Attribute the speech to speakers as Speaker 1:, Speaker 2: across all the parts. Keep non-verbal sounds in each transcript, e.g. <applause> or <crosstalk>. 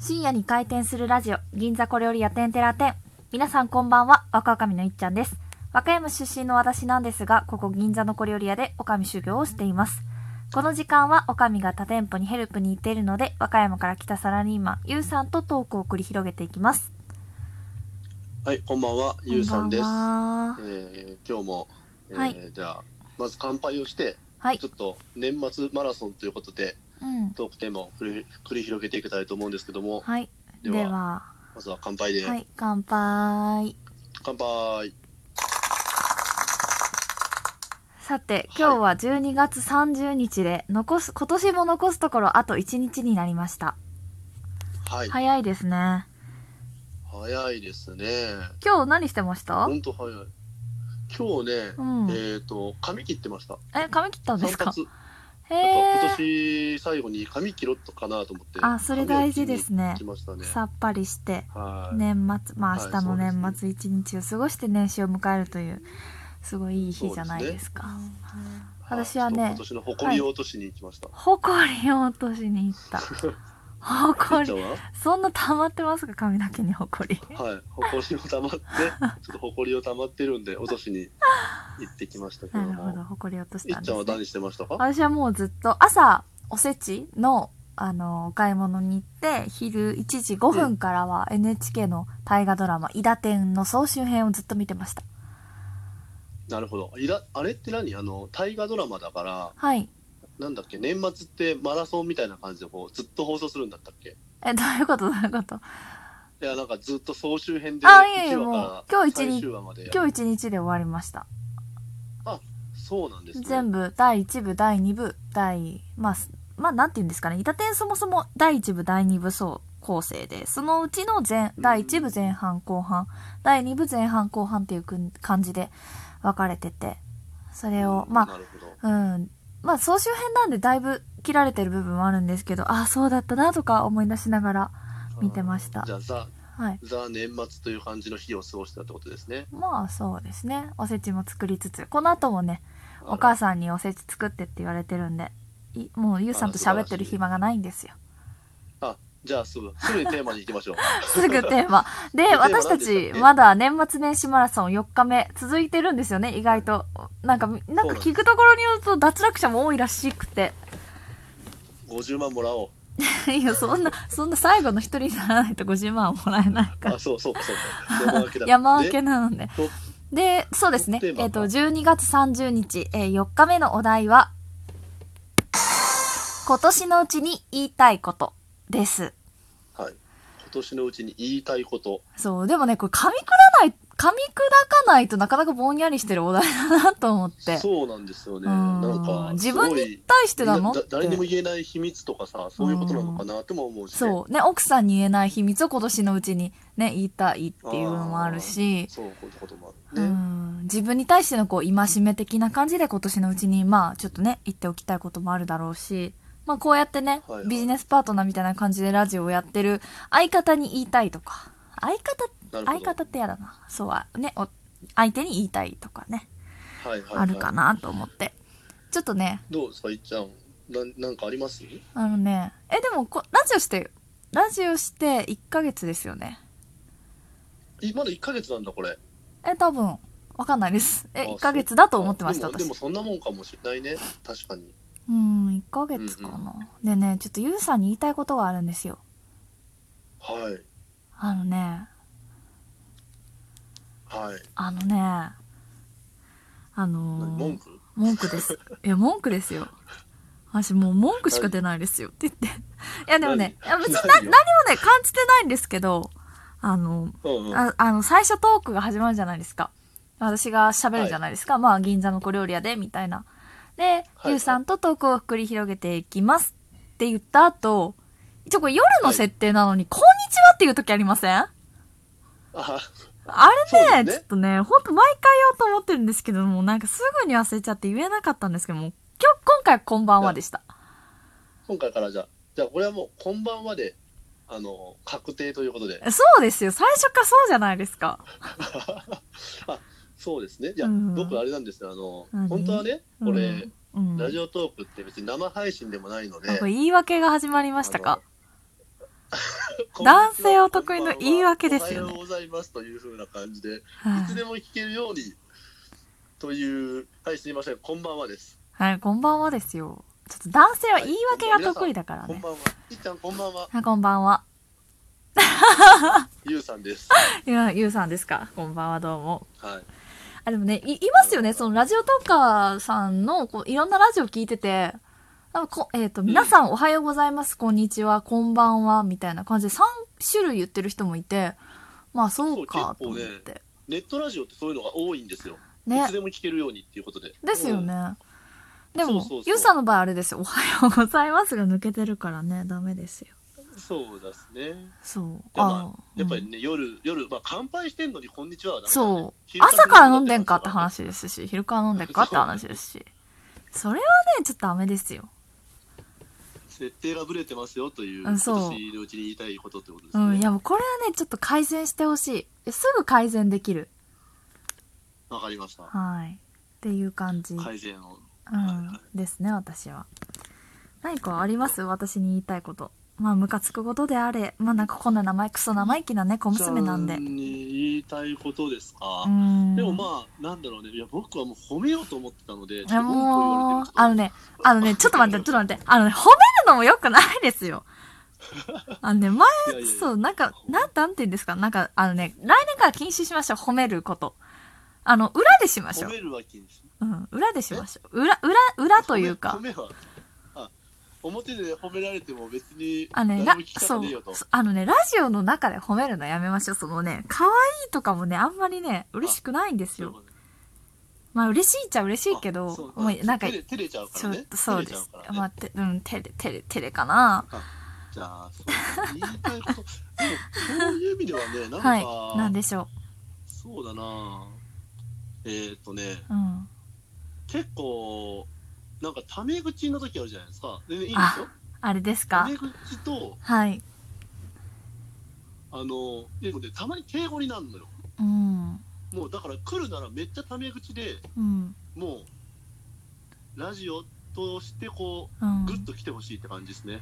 Speaker 1: 深夜に開店するラジオ銀座小料理屋店てら店皆さんこんばんは若女将のいっちゃんです和歌山出身の私なんですがここ銀座の小料理屋で女将修行をしていますこの時間は女将が他店舗にヘルプに行っているので和歌山から来たサラリーマンゆうさんとトークを繰り広げていきます
Speaker 2: はい、こんばんは、ゆうさんです。
Speaker 1: こばんは
Speaker 2: えー今日も、えー
Speaker 1: はい
Speaker 2: じゃあ、まず乾杯をして、
Speaker 1: はい
Speaker 2: ちょっと年末マラソンということで、
Speaker 1: うん
Speaker 2: トークテーマを繰り繰り広げていきたいと思うんですけども、
Speaker 1: はいで
Speaker 2: で
Speaker 1: は
Speaker 2: はまずは乾杯で、
Speaker 1: はい乾杯
Speaker 2: 乾杯。
Speaker 1: さて今日は12月30日で残す今年も残すところあと1日になりました
Speaker 2: はい、
Speaker 1: 早いですね
Speaker 2: 早いですね。
Speaker 1: 今日何してました
Speaker 2: ほんと早い。今日ね、
Speaker 1: うん
Speaker 2: えっ、と、髪切ってました。
Speaker 1: え髪切ったんです
Speaker 2: 散
Speaker 1: か
Speaker 2: 髪。
Speaker 1: へ
Speaker 2: なんか
Speaker 1: え
Speaker 2: 今年最後に髪切ろっとかなと思って。
Speaker 1: あそれ大事ですね
Speaker 2: 髪を切りに来ましたね。
Speaker 1: さっぱりして
Speaker 2: はい。
Speaker 1: 年末まあ
Speaker 2: はい
Speaker 1: 明日の
Speaker 2: そう
Speaker 1: 年
Speaker 2: で
Speaker 1: 末一日を過ごして年始を迎えるというすごいいい日じゃないですか
Speaker 2: い
Speaker 1: 私はね
Speaker 2: 今年の誇りを落としに行きました。
Speaker 1: 誇りを落としに行
Speaker 2: <laughs>
Speaker 1: った
Speaker 2: ゆう
Speaker 1: 誇
Speaker 2: ちゃ
Speaker 1: り
Speaker 2: んは
Speaker 1: そんな溜まってますか髪の毛に誇り
Speaker 2: <laughs> はい、埃を溜
Speaker 1: <laughs>
Speaker 2: まって、ちょっと埃を溜まってるんで、落としに行ってきましたけど
Speaker 1: なるほど
Speaker 2: も。
Speaker 1: 誇り落とし
Speaker 2: い
Speaker 1: た
Speaker 2: っ
Speaker 1: ん
Speaker 2: ちゃんは
Speaker 1: です、ね、
Speaker 2: 何してましたか
Speaker 1: 私はもうずっと朝おせちのあのお買い物に行って昼1時5分からは NHK の大河ドラマ「伊田天」の総集編をずっと見てました
Speaker 2: なるほど。いら、あれって何あの、大河ドラマだから、
Speaker 1: はい
Speaker 2: なんだっけ、年末ってマラソンみたいな感じで、こう、ずっと放送するんだったっけ
Speaker 1: えどういうことどういうこと
Speaker 2: いや、なんかずっと総集編で、
Speaker 1: あいえいえ
Speaker 2: 1話か
Speaker 1: もう今
Speaker 2: ら
Speaker 1: 日一日
Speaker 2: 最終話までやる
Speaker 1: 今日一日で終わりました
Speaker 2: そうなんですね。
Speaker 1: 全部第1部第2部第まあすまあなんて言うんですかね「伊達天」そもそも第1部第2部そう構成でそのうちの前
Speaker 2: うん
Speaker 1: 第1部前半後半第2部前半後半っていうくん感じで分かれててそれを
Speaker 2: うん
Speaker 1: ま
Speaker 2: なるほど。
Speaker 1: あうんまあ総集編なんでだいぶ切られてる部分もあるんですけどああそうだったなとか思い出しながら見てました
Speaker 2: あーじゃあ、ザ、
Speaker 1: はい
Speaker 2: ザ年末という感じの日を過ごしたってことですね。
Speaker 1: まあそうですねおせちも作りつつこの後もねお
Speaker 2: あら
Speaker 1: 母さんにおせち作ってって言われてるんでいもうゆうさんと喋ってる暇がないんですよ <laughs>
Speaker 2: じゃあ、すぐ、すぐにテーマに行きましょう。 <laughs>
Speaker 1: すぐテーマで
Speaker 2: テーマ
Speaker 1: 私た
Speaker 2: 何でした
Speaker 1: ち
Speaker 2: っけ
Speaker 1: まだ年末年始マラソン4日目続いてるんですよね意外となんかみなんか聞くところによると脱落者も多いらしくて <laughs>
Speaker 2: 50万もらおう。
Speaker 1: いやそんなそんな最後の一人にならないと50万はもらえないから
Speaker 2: あ、そうそうそう
Speaker 1: <laughs>
Speaker 2: そう。山分けだ。
Speaker 1: 山分け
Speaker 2: で
Speaker 1: なので
Speaker 2: と
Speaker 1: でそうですねえ
Speaker 2: テーマ
Speaker 1: っ、
Speaker 2: は
Speaker 1: と12月30日、えー4日目のお題は「今年のうちに言いたいこと」です
Speaker 2: はい。今年のうちに言いたいこと。
Speaker 1: そうでもねこれ噛み砕かない噛み砕かないとなかなかぼんやりしてるお題だなと思って
Speaker 2: そうなんですよね。
Speaker 1: うん
Speaker 2: なんか、
Speaker 1: 自分
Speaker 2: すご
Speaker 1: に
Speaker 2: い
Speaker 1: 対してなのっ
Speaker 2: だ
Speaker 1: て
Speaker 2: 誰にも言えない秘密とかさ、そういうことなのかなとも思うしね、
Speaker 1: そうね奥さんに言えない秘密を今年のうちにね言いたいっていうのもあるし
Speaker 2: そうこういうこともあ
Speaker 1: う
Speaker 2: るね。
Speaker 1: ん自分に対してのこう戒め的な感じで今年のうちにまあちょっとね言っておきたいこともあるだろうし、まあ、こうやってね、
Speaker 2: はいはい
Speaker 1: ビジネスパートナーみたいな感じでラジオをやってる相方に言いたいとか相方
Speaker 2: なるほ
Speaker 1: 相
Speaker 2: ど。
Speaker 1: 方ってやだなそうはねお相手に言いたいとかね、
Speaker 2: はいはい、はい。
Speaker 1: あるか。なと思ってちょっとね
Speaker 2: どうですか、いっちゃん。なんなんかあります
Speaker 1: あのねえでもこラジオしてラジオして1ヶ月ですよね
Speaker 2: いまだ1ヶ月なんだ、これ。
Speaker 1: え多分わかんないですえ
Speaker 2: あ
Speaker 1: 1ヶ月だと思ってました
Speaker 2: あでもで
Speaker 1: 私
Speaker 2: もそんなもんかもしれないね。確かに。
Speaker 1: うん1ヶ月かな、でねちょっとゆうさんに言いたいことがあるんですよ
Speaker 2: はい。
Speaker 1: あのね
Speaker 2: はい。
Speaker 1: あのねあの
Speaker 2: 何
Speaker 1: ー
Speaker 2: 文句
Speaker 1: 文句 <laughs> ですいや文句ですよ私もう文句しか出ないですよって言っていやでもねいや別に何も
Speaker 2: 何
Speaker 1: ね
Speaker 2: よ
Speaker 1: 感じてないんですけどあの
Speaker 2: うんうん。
Speaker 1: ああの最初トークが始まるじゃないですか私が喋るじゃないですか、まあ銀座の小料理屋でみたいなで、
Speaker 2: い
Speaker 1: ゆうさんとトークを繰り広げていきますって言った後一応これ夜の設定なのに「こんにちは」っていう時ありません
Speaker 2: あ
Speaker 1: あれ
Speaker 2: そう
Speaker 1: ね
Speaker 2: です
Speaker 1: ち
Speaker 2: ね
Speaker 1: ょっとねほんと毎回言おうと思ってるんですけどもなんかすぐに忘れちゃって言えなかったんですけども今日今回は「こんばんは」でした
Speaker 2: 今回からじゃあ、じゃあこれはもう、こんばんはで、あの、確定ということで。
Speaker 1: <laughs> そうですよ最初からそうじゃないですか
Speaker 2: あそうですね。いや、
Speaker 1: うん
Speaker 2: 僕あれなんですよ。あの、
Speaker 1: 何
Speaker 2: 本当はね、これ、
Speaker 1: うん、うん
Speaker 2: ラジオトークって別に生配信でもないので
Speaker 1: あ、これ言い訳が始まりました
Speaker 2: あ
Speaker 1: か <laughs>
Speaker 2: のこんにちは
Speaker 1: 男性お得意の言い訳ですよね
Speaker 2: おはようございますというふうな感じで、い
Speaker 1: はい
Speaker 2: つでも聞けるように、という、はい、すいません、こんばんはです。
Speaker 1: はい、こんばんはですよ。ちょっと男性は言い訳が得意だから
Speaker 2: こん
Speaker 1: ね。
Speaker 2: ばんは。いっちゃん、こんばんは。
Speaker 1: あこんばんは。
Speaker 2: ゆうさ
Speaker 1: <laughs>
Speaker 2: んです。
Speaker 1: いや、ゆうさんですか。こんばんは、どうも。
Speaker 2: はい。
Speaker 1: あ、でもね、い、いますよね。そのラジオトーカーさんの、こう、いろんなラジオ聞いてて、なんかこえっ、と、皆さんおはようございます、こんにちは、こんばんは、みたいな感じで3種類言ってる人もいて、まあそうか、と
Speaker 2: そう
Speaker 1: 思っ
Speaker 2: 結構ね
Speaker 1: て。
Speaker 2: ネットラジオってそういうのが多いんですよ。い
Speaker 1: ね
Speaker 2: つ。でも聞けるようにっていうことで。
Speaker 1: ですよね。で
Speaker 2: そ
Speaker 1: も
Speaker 2: うそうそう、
Speaker 1: ゆうさんの場合あれですよ、おはようございますが抜けてるからね、ダメですよ。
Speaker 2: うん。そうですね。
Speaker 1: そう。
Speaker 2: でまあ、
Speaker 1: ー
Speaker 2: やっぱ
Speaker 1: う
Speaker 2: り
Speaker 1: ん
Speaker 2: ね、夜、夜、まあ、乾杯してんのに、こんにちははダメだね
Speaker 1: そう。
Speaker 2: 昼
Speaker 1: 朝から飲んでんかって
Speaker 2: 昼から
Speaker 1: 話ですし、昼から飲んでんかって話ですし。それはね、ちょっとダメですよ。
Speaker 2: 設定がブレてますよという、
Speaker 1: うんそう
Speaker 2: 私のうちに言いたいことってことです
Speaker 1: う
Speaker 2: ね。
Speaker 1: ん、いやもうこれはね、ちょっと改善してほしい。すぐ改善できる。
Speaker 2: わかりました。
Speaker 1: はい。っていう感じ。
Speaker 2: 改善を。
Speaker 1: う
Speaker 2: はいは
Speaker 1: ん。ですね、私は。何かあります私に言いたいこと。まあ、ムカつくことであれ。まあ、なんかこんな生意、クソ生意気なね、小娘なんで。
Speaker 2: ちゃ
Speaker 1: う
Speaker 2: に言いたいことですか。
Speaker 1: ん。
Speaker 2: でもまあ、なんだろうね。いや、僕はもう褒めようと思ってたので、
Speaker 1: いや、もう、あの
Speaker 2: ね、
Speaker 1: ね、あのね、ちょっと待って、ちょっと待って。あのね、褒めるのも良くないです <laughs> よ。あのね、前、
Speaker 2: いやいやいや
Speaker 1: そう、なんか、なん、なんて言うんですかなんか、あのね、来年から禁止しましょう、褒めること。あの、裏でしましょ
Speaker 2: 褒
Speaker 1: う。
Speaker 2: めるわけにし
Speaker 1: うん、裏でしましょう。裏、裏、裏というか
Speaker 2: 褒。め褒めは、あ、表で褒められても別に、
Speaker 1: あのね、ラ
Speaker 2: 誰も聞か
Speaker 1: そ
Speaker 2: な
Speaker 1: う
Speaker 2: いよと。、
Speaker 1: あのね、ラジオの中で褒めるのやめましょう。そのね、可愛いとかもね、あんまりね、嬉しくないんですよ。まあ、嬉しいっちゃ嬉しいけ
Speaker 2: あそ
Speaker 1: ど
Speaker 2: う、
Speaker 1: もうなんか、
Speaker 2: 照れ照れちゃうか
Speaker 1: ち
Speaker 2: ら
Speaker 1: ょ
Speaker 2: ね
Speaker 1: っ。と、そう
Speaker 2: 照
Speaker 1: で
Speaker 2: れちゃ
Speaker 1: す。
Speaker 2: からね
Speaker 1: まあ、て、うん、てれ、てれ、てれかな。
Speaker 2: じゃあ、そう言いたいこと、でも、そういう意味ではね、なんか、
Speaker 1: はい。なんでしょ
Speaker 2: そうだなえっ、ー、とね、
Speaker 1: う。うん。
Speaker 2: 結構、なんか、タメ口の時あるじゃないですか。全然いいんですよ。
Speaker 1: あれです
Speaker 2: タ
Speaker 1: か
Speaker 2: メ口と、
Speaker 1: はい。
Speaker 2: あの、でもね、たまに敬語になるのよ。
Speaker 1: うん。
Speaker 2: もう、だから、来るならめっちゃタメ口で、
Speaker 1: うん。
Speaker 2: もう、ラジオとして、こ
Speaker 1: う
Speaker 2: う、
Speaker 1: ん
Speaker 2: ぐ。っと来てほしいって感じですね。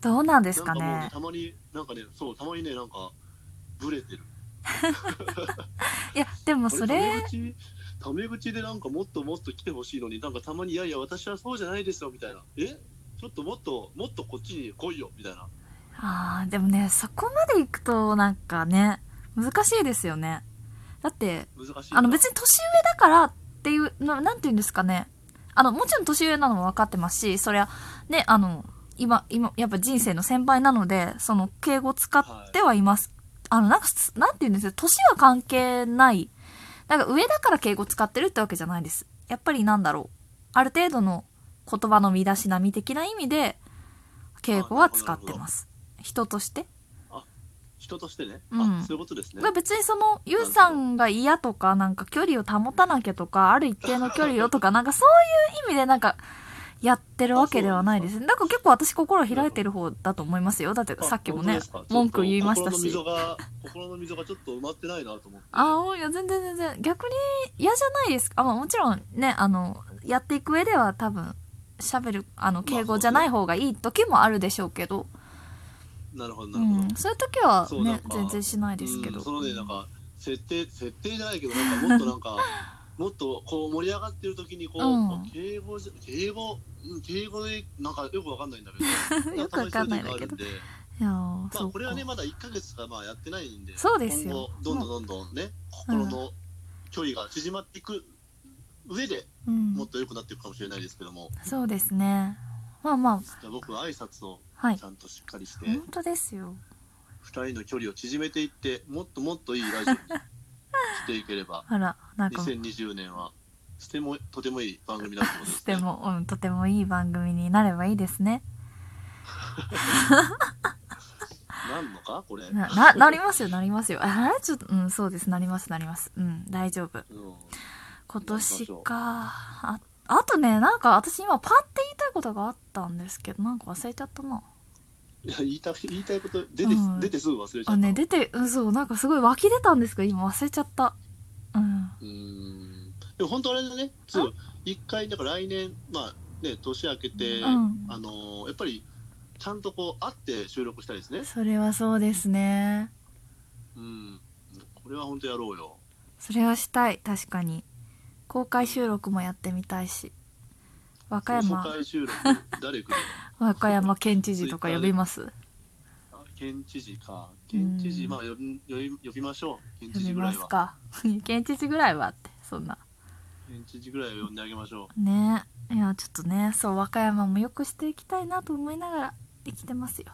Speaker 1: どうなんですか
Speaker 2: なんかもうね
Speaker 1: ね、。
Speaker 2: たまに、なんかね、そう、たまにね、なんか、ブレてる。
Speaker 1: いや、でも
Speaker 2: そ
Speaker 1: それ、
Speaker 2: れタメ口タメ口でなんかもっともっと来てほしいのになんかたまに「いやいや私はそうじゃないですよ」みたいな「えちょっともっともっとこっちに来いよ」みたいな
Speaker 1: ああ、でもね、そこまで行くと、なんかね、難しいですよね。だって、
Speaker 2: 難しいな
Speaker 1: あの別に年上だからっていう、ななんて言うんですかね。あの、もちろん年上なのも分かってますし、そりゃ、ね、あの、今、今、やっぱ人生の先輩なので、その、敬語使ってはいます。あの、なんか、すなんて言うんですか、年は関係ない。なんか上だから敬語使ってるってわけじゃないです。やっぱりなんだろう。ある程度の言葉の身だしなみ的な意味で、敬語は使ってます。人として。
Speaker 2: 人としてね、
Speaker 1: うん
Speaker 2: あそういうことですね
Speaker 1: まあ、別にその、ゆうさんが嫌とか、なんか距離を保たなきゃとか、ある一定の距離をとか、なんかそういう意味でなんか、やってるわけではないですね。なんか結構私心開いてる方だと思いますよ。だって
Speaker 2: あ
Speaker 1: さっきも
Speaker 2: 本当
Speaker 1: ね
Speaker 2: ですかちょっ、と
Speaker 1: 文句言いました
Speaker 2: 心の溝
Speaker 1: し。
Speaker 2: が心の溝がちょっと埋まってないなと思って
Speaker 1: ああ、いや、全然全然。逆に嫌じゃないですか。あまあもちろんね、あの、やっていく上では多分、喋る、あの、敬語じゃない方がいい時もあるでしょうけど、
Speaker 2: なるほど
Speaker 1: う
Speaker 2: なるほど、
Speaker 1: ん、そういう時は
Speaker 2: そうなん
Speaker 1: ね
Speaker 2: か、
Speaker 1: 全然しないですけ
Speaker 2: う
Speaker 1: ど
Speaker 2: ん。そのねなんか設定設定じゃないけどなんかもっとなん
Speaker 1: <laughs>
Speaker 2: かもっとこう盛り上がってる時にこう、
Speaker 1: うん
Speaker 2: 敬語じゃ敬語うん敬語でなんかよくわかんないんだけ
Speaker 1: <laughs> <laughs>
Speaker 2: ど
Speaker 1: よくわかんないんだけど
Speaker 2: んかそういう時があるんで
Speaker 1: いやー
Speaker 2: ま
Speaker 1: そ
Speaker 2: あ
Speaker 1: う
Speaker 2: これはね
Speaker 1: か。
Speaker 2: まだ1ヶ月しかまあやってないんで
Speaker 1: そうですよ
Speaker 2: 今後どんどんどんどんね心の距離が縮まっていく上で
Speaker 1: うん
Speaker 2: もっと良くなっていくかもしれないですけども、
Speaker 1: そうですね。まあまあ、
Speaker 2: じゃあ僕は挨拶を
Speaker 1: はい
Speaker 2: ち。ゃんとしっかりして、
Speaker 1: 本当ですよ。
Speaker 2: 2人の距離を縮めていってもっともっといいラジオにしていければ
Speaker 1: あら、なんか、
Speaker 2: 2020年はとてもとてもいい番組だと思います、
Speaker 1: と <laughs> ても、うん、とてもいい番組になればいいですね。
Speaker 2: なんのかこれ、
Speaker 1: な、な、なりますよ、なりますよ。あれちょっと、うん、そうです、なります、なります。うん、大丈夫。
Speaker 2: うん
Speaker 1: 今年か。あ、あとね、なんか私今パって言いたいことがあったんですけど、なんか忘れちゃったな。
Speaker 2: いや言いたい言いたいこと出て,、
Speaker 1: うん
Speaker 2: 出てすぐ忘れちゃった
Speaker 1: あ、ね、出て、うん、そう、なんかすごい湧き出たんですけど、今忘れちゃった。うん。
Speaker 2: うーんでも本当あれだねそう一回だから来年まあね年明けて、
Speaker 1: うん
Speaker 2: あのーやっぱりちゃんとこう会って収録したいですね
Speaker 1: それはそうですね
Speaker 2: うんこれは本当やろうよ
Speaker 1: それはしたい確かに公開収録もやってみたいし和歌
Speaker 2: 初
Speaker 1: 山
Speaker 2: 回
Speaker 1: <laughs>
Speaker 2: 収録誰来る
Speaker 1: 和歌山県知事とか呼びます
Speaker 2: あ県知事か県知事
Speaker 1: うん
Speaker 2: まあ呼び呼び呼びましょう県
Speaker 1: 呼
Speaker 2: 知事
Speaker 1: び
Speaker 2: ぐら
Speaker 1: ま
Speaker 2: い
Speaker 1: す
Speaker 2: は
Speaker 1: か県知事ぐらいはってそんな
Speaker 2: 県知事ぐらいは呼んであげましょ
Speaker 1: ねいやちょっとねそう和歌山もよくしていきたいなと思いながら生きてますよ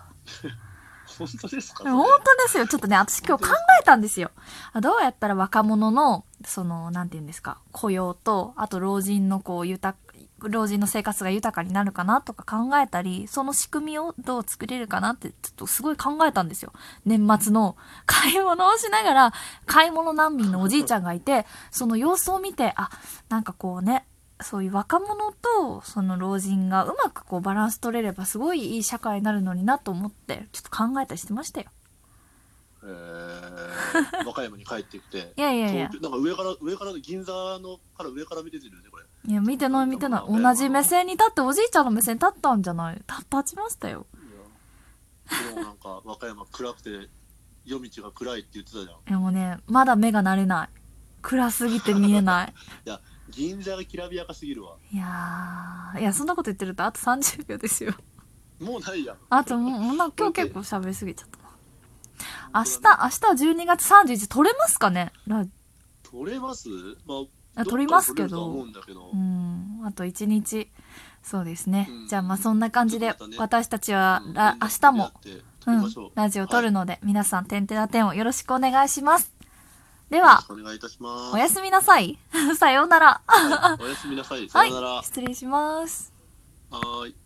Speaker 2: う <laughs> 本当ですか
Speaker 1: でも本当ですよちょっとね私今日考えたんですよあどうやったら若者のそのなんて言うんですか雇用とあと老人のこう豊老人の生活が豊かになるかなとか考えたりその仕組みをどう作れるかなってちょっとすごい考えたんですよ年末の買い物をしながら買い物難民のおじいちゃんがいてその様子を見てあなんかこうねそういう若者とその老人がうまくこうバランス取れればすごいいい社会になるのになと思ってちょっと考えたりしてましたよ
Speaker 2: えー、和歌山に帰ってきて
Speaker 1: いやいやいや
Speaker 2: 東京なんか上から上から銀座のから上から見ててるよねこれ
Speaker 1: いや見てない見てない
Speaker 2: そうなんだよ
Speaker 1: 同じ目線に立っておじいちゃんの目線に立ったんじゃない立立ちましたよ
Speaker 2: いやでもなんか和歌山暗くて夜道が暗いって言ってたじゃん
Speaker 1: いやもうねまだ目が慣れない暗すぎて見え
Speaker 2: <laughs>
Speaker 1: ない
Speaker 2: 銀座がきらびやかすぎるわ
Speaker 1: いやーいやそんなこと言ってるとあと30秒ですよ
Speaker 2: もうないやん
Speaker 1: あともうもうな今日結構喋りすぎちゃったな明日明日12月31日撮れますかねラ
Speaker 2: 取れますまあ
Speaker 1: あ撮りますけど
Speaker 2: っかで撮れるとは思うんだけど、
Speaker 1: うんあと1日そうですね、
Speaker 2: うん
Speaker 1: じゃあまあそんな感じで
Speaker 2: ちょっとまたね
Speaker 1: 私たちは
Speaker 2: うん
Speaker 1: ら明日も
Speaker 2: やって撮
Speaker 1: う
Speaker 2: り
Speaker 1: ん
Speaker 2: ましょう、
Speaker 1: ラジオ撮る
Speaker 2: の
Speaker 1: ので、皆さん「てんてらてん」をよろしくお願いしますで
Speaker 2: で
Speaker 1: は
Speaker 2: お願いいたします
Speaker 1: おやすみなさい。 <laughs> さようなら。
Speaker 2: はいおやすみなさいさよなら
Speaker 1: はい、失礼します。
Speaker 2: はーい